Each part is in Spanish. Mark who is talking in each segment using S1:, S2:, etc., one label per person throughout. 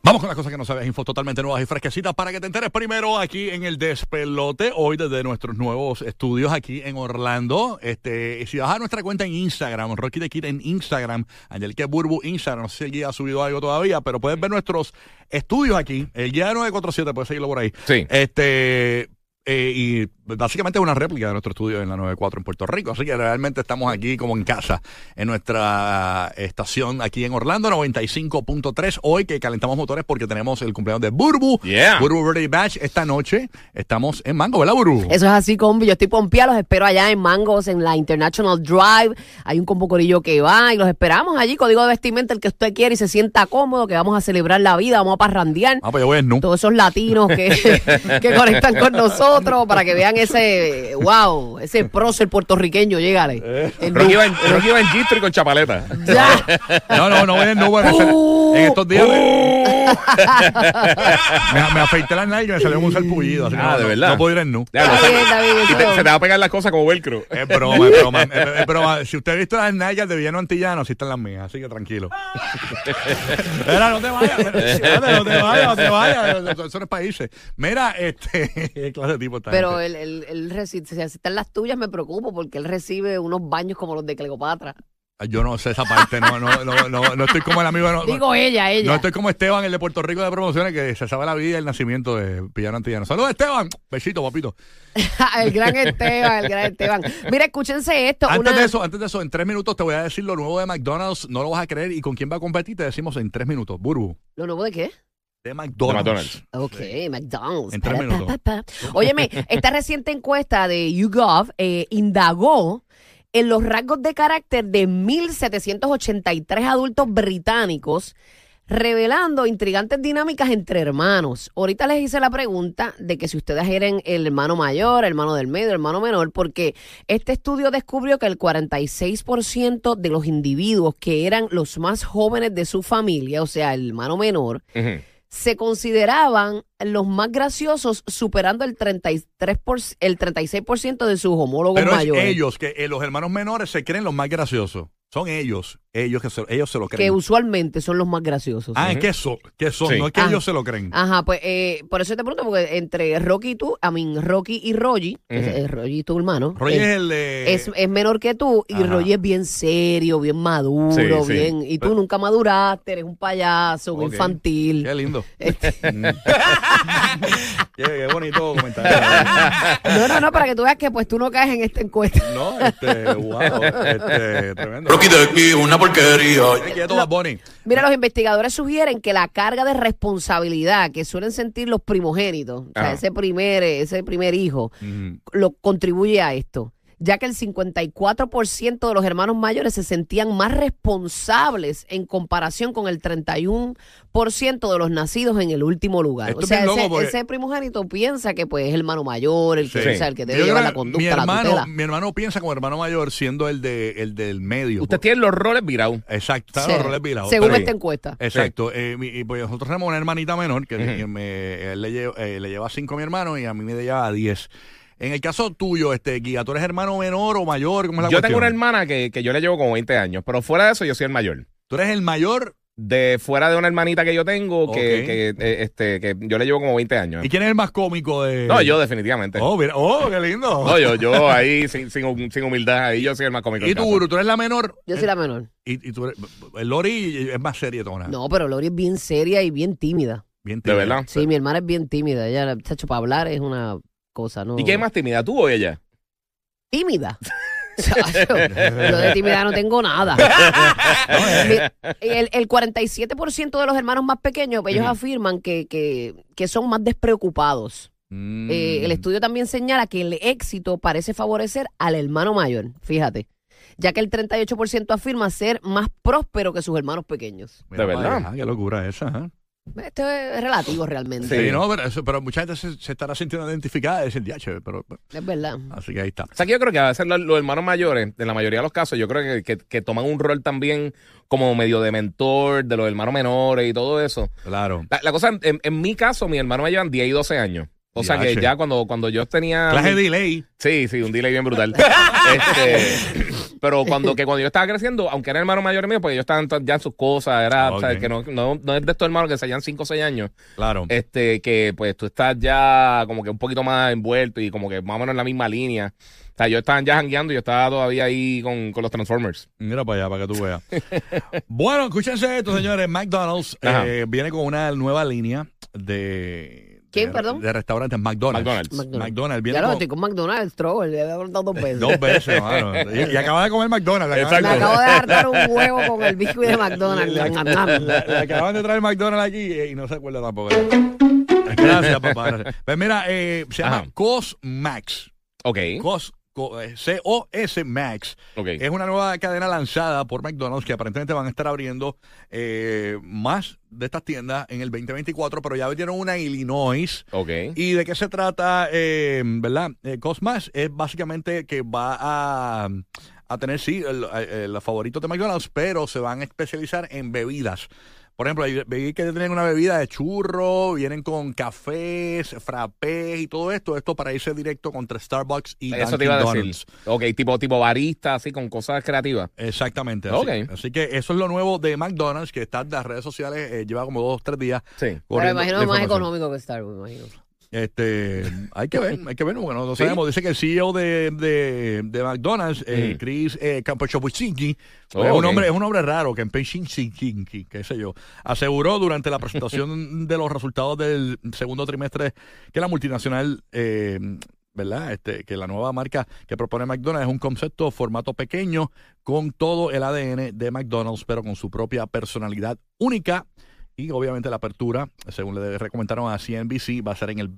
S1: Vamos con las cosas que no sabes, infos totalmente nuevas y fresquecitas para que te enteres primero aquí en el despelote, hoy desde nuestros nuevos estudios aquí en Orlando. Este, si vas a nuestra cuenta en Instagram, Rocky de Kid en Instagram, Angel que Burbu Instagram, no sé si el guía ha subido algo todavía, pero puedes ver nuestros estudios aquí, el guía 947, puedes seguirlo por ahí.
S2: Sí.
S1: Este, eh, y básicamente es una réplica de nuestro estudio en la 94 en Puerto Rico. Así que realmente estamos aquí como en casa, en nuestra estación aquí en Orlando, 95.3. Hoy que calentamos motores porque tenemos el cumpleaños de Burbu.
S2: Yeah.
S1: Burbu Birthday Bash. Esta noche estamos en Mango, ¿verdad, Burbu?
S3: Eso es así, combi. Yo estoy pompeada, los espero allá en Mangos, en la International Drive. Hay un combo corillo que va y los esperamos allí. Código de vestimenta, el que usted quiere y se sienta cómodo, que vamos a celebrar la vida, vamos a parrandear.
S1: Ah, pues yo voy en nu.
S3: Todos esos latinos que, que conectan con nosotros para que vean ese, wow, ese prócer puertorriqueño, llégale. El
S2: Rocky va en, Rocky va en gistro y con chapaleta.
S3: ya.
S1: No, no, no voy en nu. porque se-
S3: Uh,
S1: en estos días me, me afeité la nariz y me salió un salpullido. así que
S2: Ah,
S1: no,
S2: de
S1: no-
S2: verdad.
S1: No puedo ir en nu.
S2: Ya,
S3: Está
S2: no sé.
S3: bien, está bien,
S2: Y te-
S3: eso.
S2: se te va a pegar las cosas como velcro.
S1: Es broma, es broma, es, es broma. Si usted ha visto las nalgas de Villano Antillano, sí están las mías, así que tranquilo. Mira, no te vayas, espérate, no te vayas, no te vayas. Eso no es países. Mira, este, qué clase de tipo está.
S3: Pero
S1: este.
S3: él, él, él reci- si están las tuyas, me preocupo porque él recibe unos baños como los de Cleopatra.
S1: Yo no sé esa parte, no, no, no, no, no estoy como el amigo. No,
S3: Digo ella,
S1: no
S3: ella.
S1: estoy como Esteban, el de Puerto Rico de promociones, que se sabe la vida y el nacimiento de Villano Antillano. Saludos, Esteban. Besito, papito.
S3: el gran Esteban, el gran Esteban. Mira, escúchense esto.
S1: Antes
S3: una-
S1: de eso, antes de eso, en tres minutos te voy a decir lo nuevo de McDonald's. No lo vas a creer y con quién va a competir te decimos en tres minutos. Burbu.
S3: ¿Lo nuevo de qué?
S1: De McDonald's.
S2: McDonald's.
S3: Ok, McDonald's.
S1: En tres
S3: Pa, pa,
S1: minutos.
S3: pa, pa. Óyeme, esta reciente encuesta de YouGov eh, indagó en los rasgos de carácter de 1.783 adultos británicos, revelando intrigantes dinámicas entre hermanos. Ahorita les hice la pregunta de que si ustedes eran el hermano mayor, hermano del medio, hermano menor, porque este estudio descubrió que el 46% de los individuos que eran los más jóvenes de su familia, o sea, el hermano menor,
S2: Ujú.
S3: se consideraban los más graciosos, superando el 33 por- el 36% de sus homólogos
S1: Pero es
S3: mayores.
S1: ellos, que eh, los hermanos menores se creen los más graciosos. Son ellos. Ellos que se, ellos se lo
S3: que
S1: creen.
S3: usualmente son los más graciosos.
S1: ah, es que son. Que son.
S2: Sí.
S1: No es que
S3: Ah.
S1: ellos se lo creen.
S3: Ajá, pues eh, por eso te pregunto, porque entre Rocky y tú, a mí Rocky y Rogi, que es- eh,
S2: Ujú.
S3: es Rogi tu hermano,
S1: Roy
S3: eh,
S1: es el de.
S3: es, es menor que tú y
S1: Ajá.
S3: Rogi es bien serio, bien maduro,
S2: Sí, sí.
S3: bien... Y tú nunca maduraste, eres un payaso, un
S1: Pues Ok.
S3: infantil.
S1: Qué lindo. Mm.
S3: Este-
S1: qué, qué bonito comentario.
S3: no, no, no, para que tú veas que pues tú no caes en esta encuesta.
S1: no, este, wow. Este, tremendo.
S4: Rocky de aquí, una porquería.
S1: Ay, quieto, Bad Bunny.
S3: Mira, los investigadores sugieren que la carga de responsabilidad que suelen sentir los primogénitos, o
S1: Ah.
S3: sea,
S2: Ajá.
S3: ese primer, ese primer hijo,
S1: Mm.
S3: lo contribuye a esto, ya que el 54% de los hermanos mayores se sentían más responsables en comparación con el 31% de los nacidos en el último lugar.
S1: Esto
S3: o
S1: es
S3: sea,
S1: bien
S3: ese,
S1: loco porque-
S3: ese primogénito piensa que pues es hermano mayor, el que,
S2: Sí.
S3: o sea, el que debe
S1: Yo creo
S3: llevar la
S1: que mi
S3: conducta, la tutela.
S1: hermano, mi hermano piensa como hermano mayor, siendo el de el del medio.
S2: Usted tiene los roles virados.
S1: Exacto,
S3: Sí.
S1: los roles virados.
S3: Según
S1: Pero-
S3: esta encuesta.
S1: Exacto. Eh, mi- y pues nosotros tenemos una hermanita menor que,
S2: Ujú.
S1: que me- él le, lle- eh, le lleva cinco a mi hermano y a mí me lleva 10. En el caso tuyo, este Guía, ¿tú eres hermano menor o mayor? ¿Cómo es la
S2: Yo tengo
S1: cuestión?
S2: una hermana que, que yo le llevo como 20 años, pero fuera de eso yo soy el mayor.
S1: ¿Tú eres el mayor?
S2: De fuera de una hermanita que yo tengo, que,
S1: Ok.
S2: que, eh, este, que yo le llevo como 20 años.
S1: ¿Y quién es el más cómico de...?
S2: No, yo definitivamente.
S1: Oh, mira- oh, qué lindo.
S2: No, yo, yo ahí sin, sin hum- sin humildad, ahí yo soy el más cómico.
S1: y
S2: en
S1: tú,
S2: casa.
S1: Guru, tú eres la menor. Eh,
S3: Yo soy la menor.
S1: Y, y tú eres- el Lori es más serietona.
S3: No, pero Lori es bien seria y bien tímida.
S1: Bien
S2: De
S1: tímida.
S2: verdad.
S3: Sí, mi hermana es bien tímida. Ella, chacho, para hablar es una cosa, ¿no?
S2: ¿Y qué es más tímida, tú o ella?
S3: Tímida. Chacho, yo de timidez no tengo nada. Mi- El, el 47% de los hermanos más pequeños, ellos afirman que, que, que son más despreocupados.
S1: Mm.
S3: Eh, el estudio también señala que el éxito parece favorecer al hermano mayor, fíjate, ya que el 38% afirma ser más próspero que sus hermanos pequeños.
S1: Mira
S2: De
S1: para
S2: verdad.
S1: allá, Qué locura esa. ¿eh?
S3: Esto es relativo realmente,
S1: Sí, no, pero, eso- pero mucha gente se, se estará sintiendo identificada. Es el DH, pero.
S3: es verdad.
S1: Así que ahí está.
S2: O sea, que yo creo que a veces los, los hermanos mayores, en la mayoría de los casos, yo creo que, que- que toman un rol también como medio de mentor de los hermanos menores y todo eso.
S1: Claro.
S2: La, la cosa, en, en mi caso, mis hermanos me llevan 10 y 12 años. O sea que
S1: Diache.
S2: ya cuando, cuando yo tenía...
S1: Clase de delay.
S2: Sí, sí, un delay bien brutal. Este, pero cuando que cuando yo estaba creciendo, aunque era hermano mayor mío, porque yo estaba en pues to- ya en sus cosas, era, o sea,
S1: Ah, Ok.
S2: que no, no, no es de estos hermanos que se hallan 5 o 6 años,
S1: Claro.
S2: este, que pues tú estás ya como que un poquito más envuelto y como que más o menos en la misma línea. O sea, yo estaba ya jangueando y yo estaba todavía ahí con, con los Transformers.
S1: Mira para allá, para que tú veas. bueno, escúchense esto, señores. McDonald's
S2: Ajá.
S1: eh, viene con una nueva línea de.
S3: ¿Quién,
S1: de-
S3: perdón?
S1: De restaurantes. McDonald's.
S2: McDonald's.
S3: McDonald's.
S1: McDonald's viene
S3: Ya lo
S1: con-
S3: estoy con McDonald's, Trouble, le he preguntado dos veces.
S1: Dos veces, mano. Y, y acaba de comer McDonald's. le acaban-
S3: Me
S2: Exacto.
S3: acabo de hartar un huevo con el biscuit de McDonald's.
S1: Le,
S3: Nam, nam, nam.
S1: le- le acaban de traer McDonald's aquí eh, y no se acuerda tampoco. Gracias, papá. gracias. Pues mira, eh, se llama
S2: Ajá.
S1: Cosmax.
S2: Ok,
S1: Cos, co- eh, C-O-S Max.
S2: ok.
S1: Es una nueva cadena lanzada por McDonald's que aparentemente van a estar abriendo eh, más de estas tiendas en el 2024, pero ya abrieron una en Illinois.
S2: Ok.
S1: ¿Y de qué se trata, eh, verdad? Eh, Cosmax es básicamente que va a, a tener, sí, el- eh, los favoritos de McDonald's, pero se van a especializar en bebidas. Por ejemplo, hay- vi que tienen una bebida de churro, vienen con cafés, frappés y todo esto. Esto para irse directo contra Starbucks y
S2: Eso
S1: Dunkin'
S2: te iba a
S1: Donuts.
S2: decir. Ok, tipo, tipo barista, así, con cosas creativas.
S1: Exactamente. Así,
S2: Ok.
S1: así que eso es lo nuevo de McDonald's, que está en las redes sociales, eh, lleva como dos, tres días.
S2: Sí.
S3: Pero
S1: corriendo
S3: imagino
S1: la
S3: más
S1: información.
S3: económico que Starbucks, imagino.
S1: Este, hay que ver, hay que ver, bueno, no
S2: ¿Sí?
S1: sabemos. Dice que el CEO de, de, de McDonald's, eh,
S2: Mm.
S1: Chris eh, Campochopuchinki,
S2: Oh,
S1: es, un
S2: ok.
S1: hombre, es un hombre raro, que en Campochopuchinki, qué sé yo, aseguró durante la presentación de los resultados del segundo trimestre que la multinacional, eh, ¿verdad? Este, que la nueva marca que propone McDonald's es un concepto formato pequeño con todo el ADN de McDonald's, pero con su propia personalidad única. Y obviamente la apertura, según le recomendaron a CNBC, va a ser en el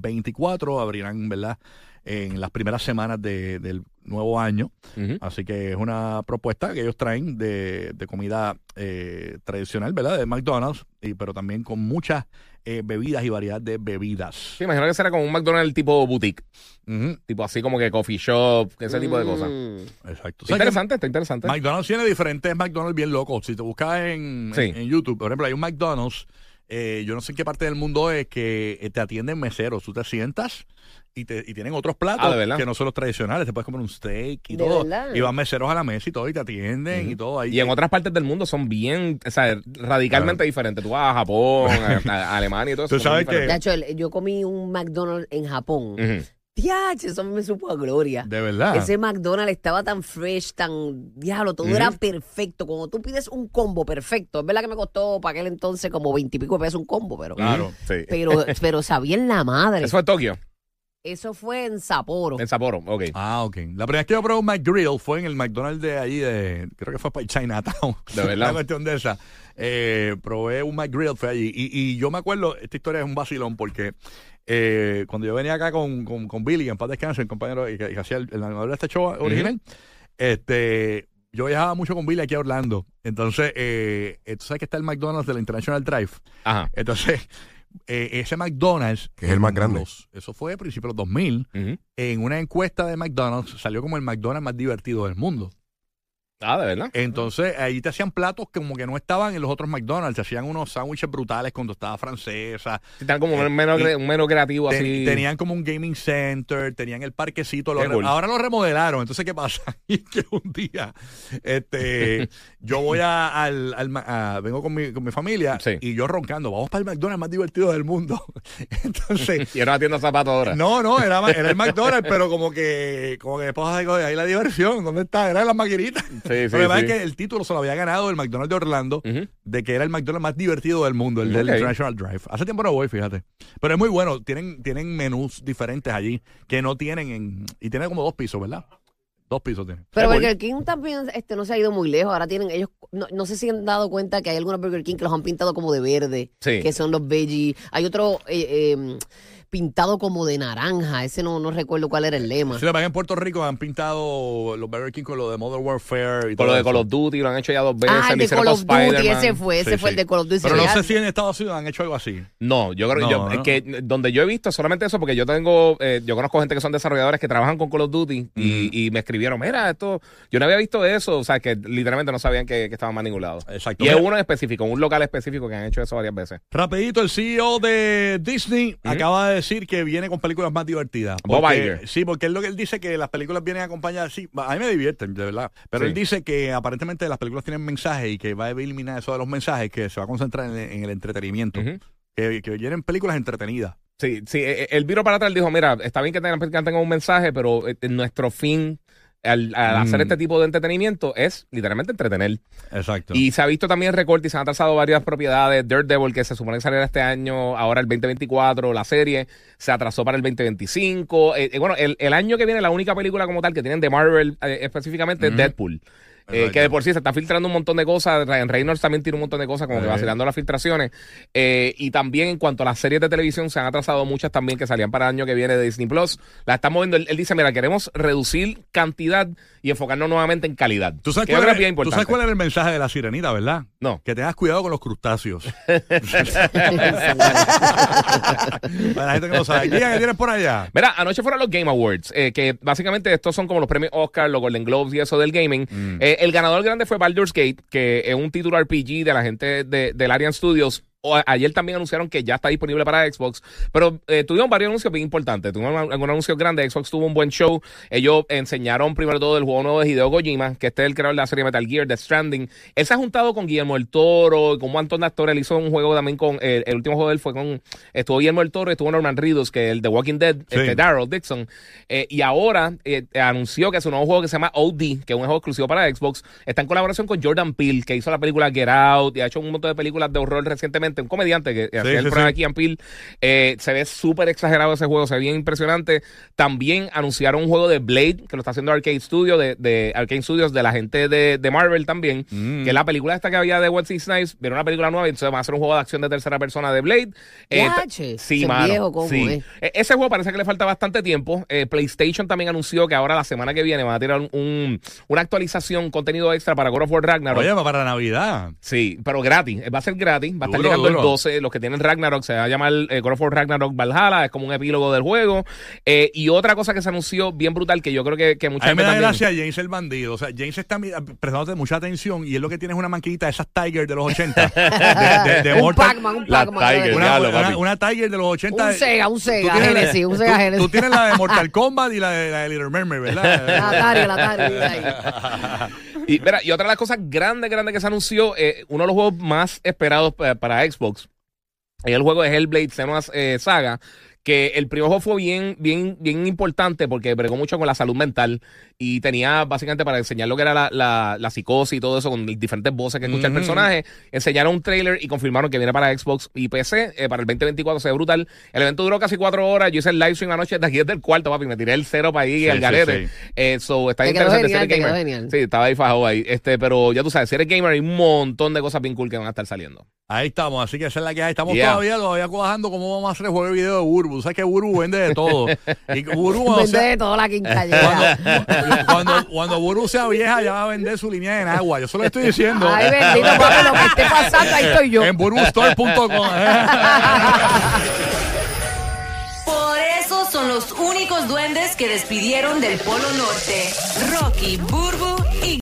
S1: 2024. Abrirán, ¿verdad? En las primeras semanas de- del nuevo año.
S2: Ujú.
S1: Así que es una propuesta que ellos traen de, de comida eh, tradicional, ¿verdad? De McDonald's, y, pero también con muchas eh, bebidas y variedad de bebidas.
S2: Sí, imagino que será como un McDonald's tipo boutique.
S1: Ujú,
S2: tipo así como que coffee shop, ese tipo de cosas.
S3: Mm.
S1: exacto. O
S2: Está
S1: sea que
S2: interesante, está interesante.
S1: McDonald's tiene diferentes McDonald's bien locos. Si te buscas en,
S2: Sí.
S1: en, en YouTube, por ejemplo, hay un McDonald's, eh, yo no sé en qué parte del mundo es, que eh, te atienden meseros. Tú te sientas y, te, y tienen otros
S2: Ah,
S1: platos
S2: ¿de verdad?
S1: que no son los tradicionales. Te puedes comer un steak y
S3: ¿De
S1: todo.
S3: verdad?
S1: Y van meseros a la mesa y todo, y te atienden y todo. Ahí
S2: Y en otras partes del mundo son bien, o sea, radicalmente diferentes. Tú vas a Japón, a, a Alemania y todo eso.
S1: Tú
S2: son
S1: sabes
S2: bien diferentes.
S3: Nacho, el- yo comí un McDonald's en Japón.
S2: Ujú.
S3: Diache, eso me supo a gloria.
S1: De
S2: Ah.
S1: verdad.
S3: Ese McDonald's estaba tan fresh, tan diablo, todo
S2: Mm.
S3: era perfecto. Cuando tú pides un combo perfecto, es verdad que me costó para aquel entonces como veintipico pesos un combo, pero,
S1: Claro.
S2: Sí.
S3: pero, pero sabía en la madre.
S2: Eso fue en
S3: Eso,
S2: Tokio,
S3: fue en Sapporo.
S2: en Sapporo. Ok.
S1: Ah, ok. La primera vez que yo probé un McGrill fue en el McDonald's de allí, de, creo que fue para Chinatown.
S2: De verdad.
S1: Una cuestión de esa. Eh, probé un McGrill, fue allí. Y, y yo me acuerdo, esta historia es un vacilón porque eh, cuando yo venía acá con, con, con Billy, en paz descanse, el compañero y que, y que hacía el, el animador de este show original, este, yo viajaba mucho con Billy aquí a Orlando. Entonces, eh, eh, tú sabes que está el McDonald's de la International Drive.
S2: Ajá.
S1: Entonces, eh, ese McDonald's...
S5: Que es el más
S1: en
S5: grande.
S1: los- eso fue a principios de los 2000
S2: Ujú.
S1: en una encuesta de McDonald's salió como el McDonald's más divertido del mundo.
S2: Ah, de
S3: Eh,
S2: verdad.
S1: Entonces, ahí te hacían platos como que no estaban en los otros McDonald's. Te hacían unos sándwiches brutales con tostada francesa.
S2: Sí, Están
S3: eh,
S2: como un menú,
S1: Y-
S2: un menú creativo
S1: Ten-
S2: así.
S1: Tenían como un gaming center, tenían el parquecito. lo
S2: Qué
S1: re-
S2: cool.
S1: Ahora lo remodelaron. Entonces, ¿qué pasa? Y que un día este, yo voy a, al, al ma- a- vengo con mi, con mi familia
S2: Sí.
S1: y yo roncando. Vamos para el McDonald's más divertido del mundo. Entonces,
S2: Y era una tienda de zapatos ahora.
S1: No, no, era, ma- era el McDonald's, pero como que, como que después digo, ahí la diversión, ¿dónde está? Era la maquinita.
S2: Sí,
S1: Lo
S2: sí,
S1: que pasa
S2: sí.
S1: es que el título se lo había ganado el McDonald's de Orlando,
S2: Ujú.
S1: de que era el McDonald's más divertido del mundo, el del
S2: Ok.
S1: International Drive. Hace tiempo no voy, fíjate. Pero es muy bueno, tienen, tienen menús diferentes allí que no tienen en. Y tiene como dos pisos, ¿verdad? Dos pisos tiene.
S3: Pero
S2: voy.
S3: Burger King también este, no se ha ido muy lejos. Ahora tienen ellos, no, no sé si han dado cuenta que hay algunos Burger King que los han pintado como de verde,
S2: Sí.
S3: que son los veggie. Hay otro eh, eh, pintado como de naranja. Ese no, no recuerdo cuál era el lema.
S1: Si le en Puerto Rico han pintado los Burger King con lo de Modern Warfare y todo
S2: Por lo de
S1: eso.
S2: Call of Duty, lo han hecho ya dos veces.
S3: Ah, el
S2: lo
S3: de
S2: hicieron
S3: Call
S2: con
S3: of Duty,
S2: Spider-Man.
S3: ese fue, ese
S1: Sí,
S3: fue el
S1: sí.
S3: de Call of Duty.
S1: Pero no
S3: real.
S1: sé si en Estados Unidos han hecho algo así.
S2: No, yo creo
S1: No,
S2: yo-
S1: no.
S2: que donde yo he visto, solamente eso, porque yo tengo, eh, yo conozco gente que son desarrolladores que trabajan con Call of Duty y, y me escribieron, mira, esto, yo no había visto eso, o sea, que literalmente no sabían que, que estaban manipulados.
S1: Exacto.
S2: Y es
S1: Eh, Mira.
S2: uno en específico, un local específico que han hecho eso varias veces.
S1: Rapidito, el CEO de Disney acaba de decir que viene con películas más divertidas.
S2: Bob
S1: Porque-
S2: Iger.
S1: Sí, porque es lo que él dice, que las películas vienen acompañadas, sí, a mí me divierten, de verdad. Pero
S2: Sí.
S1: él dice que aparentemente las películas tienen mensajes y que va a eliminar eso de los mensajes, que se va a concentrar en, en el entretenimiento.
S2: Ujú.
S1: Que, que vienen películas entretenidas.
S2: Sí, sí, eh, eh, él viro para atrás y dijo, mira, está bien que tengan, que tengan un mensaje, pero eh, nuestro fin al, al hacer este tipo de entretenimiento es literalmente entretener.
S1: Exacto.
S2: Y se ha visto también recortes y se han atrasado varias propiedades. Daredevil, que se supone que saliera este año, ahora el 2024, la serie, se atrasó para el 2025. Eh, eh, bueno, el, el año que viene, la única película como tal que tienen de Marvel eh, específicamente es Deadpool. Eh,
S1: Exacto.
S2: que de por sí se está filtrando un montón de cosas. Ryan Reynolds también tiene un montón de cosas, como que
S1: Sí.
S2: vacilando las filtraciones. Eh, y también en cuanto a las series de televisión, se han atrasado muchas también que salían para el año que viene de Disney Plus. La estamos viendo. Él, él dice: Mira, queremos reducir cantidad y enfocarnos nuevamente en calidad.
S1: ¿Tú sabes,
S2: Que yo
S1: cuál
S2: creo
S1: era,
S2: que es bien
S1: tú sabes
S2: importante.
S1: cuál era el mensaje de la sirenita, ¿verdad?
S2: No.
S1: Que tengas cuidado con los crustáceos. Para la gente que no sabe. Guía, ¿qué tienes por allá?
S2: Mira, anoche fueron los Game Awards, eh, que básicamente estos son como los premios Oscar, los Golden Globes y eso del gaming. Eh, el ganador grande fue Baldur's Gate, que es un título RPG de la gente de, del Arian Studios. O- ayer también anunciaron que ya está disponible para Xbox, pero eh, tuvieron varios anuncios bien importantes. Tuvieron al- algunos anuncios grandes. Xbox tuvo un buen show. Ellos enseñaron primero todo el juego nuevo de Hideo Kojima, que este es el creador de la serie Metal Gear, Death Stranding. Él se ha juntado con Guillermo el Toro, con un montón de actores. Él hizo un juego también con. eh, el último juego de él fue con. Estuvo Guillermo el Toro, estuvo Norman Reedus, que es el de Walking Dead, este, Daryl Dixon. Eh, y ahora eh, anunció que su nuevo juego que se llama OD, que es un juego exclusivo para Xbox, está en colaboración con Jordan Peele, que hizo la película Get Out y ha hecho un montón de películas de horror recientemente. Un comediante que, que hacía
S1: sí,
S2: el
S1: sí.
S2: programa aquí Jordan Peele. Eh, se ve súper exagerado ese juego, se ve bien impresionante. También anunciaron un juego de Blade, que lo está haciendo Arcade Studios, de, de Arcade Studios, de la gente de, de Marvel también,
S1: Mm.
S2: que es la película esta que había de Wesley Snipes, vieron una película nueva, y entonces van a hacer un juego de acción de tercera persona de Blade. Eh, ta-
S3: Yache,
S2: sí,
S3: ese
S2: mano,
S3: viejo cómo
S2: sí.
S3: es.
S2: E- Ese juego parece que le falta bastante tiempo. Eh, PlayStation también anunció que ahora la semana que viene van a tirar un- un- una actualización, contenido extra para God of War Ragnarok.
S1: Oye, para Navidad.
S2: Sí, pero gratis. eh, Va a ser gratis. Va a estar
S1: Duro,
S2: llegando el
S1: duro.
S2: 12. Los que tienen Ragnarok se va a llamar eh, God of War Ragnarok Valhalla. Es como un epílogo del juego. Eh, y otra cosa que se anunció bien brutal que yo creo que, que mucha
S1: A mí me
S2: gente
S1: da
S2: también-
S1: gracia James el bandido. O sea, James está mi- prestándote mucha atención y él lo que tiene es una manquita de esas Tiger de los 80. De, de- de
S3: Ah, Un
S1: Mortal-
S3: Pac-Man, un
S2: La
S3: Pac-Man.
S2: Tiger.
S1: Una,
S2: Diablo,
S1: una-
S2: papi.
S1: una Tiger de los 80.
S3: Un Sega, un Sega
S1: Tú tienes la-
S3: Genesis, un
S1: tú-
S3: Sega
S1: tú
S3: Genesis.
S1: tienes la de Mortal Kombat y la de, la de Little Mermaid,
S3: La
S1: ¿verdad?
S3: Atari, la Atari, ahí.
S2: Y, mira, y otra de las cosas grandes, grandes que se anunció, eh, uno de los juegos más esperados pa- para, Xbox, es el juego de Hellblade Senua's eh, Saga, que el primer juego fue bien, bien, bien importante porque bregó mucho con la salud mental y tenía básicamente para enseñar lo que era la, la- la psicosis y todo eso con diferentes voces que escucha el
S1: Ujú.
S2: personaje. Enseñaron un trailer y confirmaron que viene para Xbox y PC eh, para el 2024, se ve brutal. El evento duró casi cuatro horas, yo hice el live stream anoche desde aquí desde el cuarto, papi, me tiré el cero para ahí
S1: Sí,
S2: al
S1: sí,
S2: garete.
S1: sí.
S2: Eh, so, está
S3: Te quedó
S2: interesante.
S3: genial,
S2: ser
S3: te quedó
S2: gamer.
S3: genial.
S2: Sí, estaba ahí fajado ahí. Este, pero ya tú sabes, si eres gamer, hay un montón de cosas bien cool que van a estar saliendo.
S1: Ahí estamos, así que esa es la que hay. Estamos
S2: Yeah.
S1: todavía, todavía cuajando cómo vamos a hacer el juego de video de Urbu. Sabes que Urbu vende de todo. Y Urbu, o
S3: Vende
S1: sea,
S3: de toda la quincallera.
S1: cuando, cuando, cuando Buru sea vieja, ya va a vender su línea en agua. Yo se lo estoy diciendo.
S3: Ay, bendito, papi, lo que esté pasando, ahí estoy yo.
S1: En burustore.com.
S5: Por eso son los únicos duendes que despidieron del Polo Norte. Rocky, Burbu y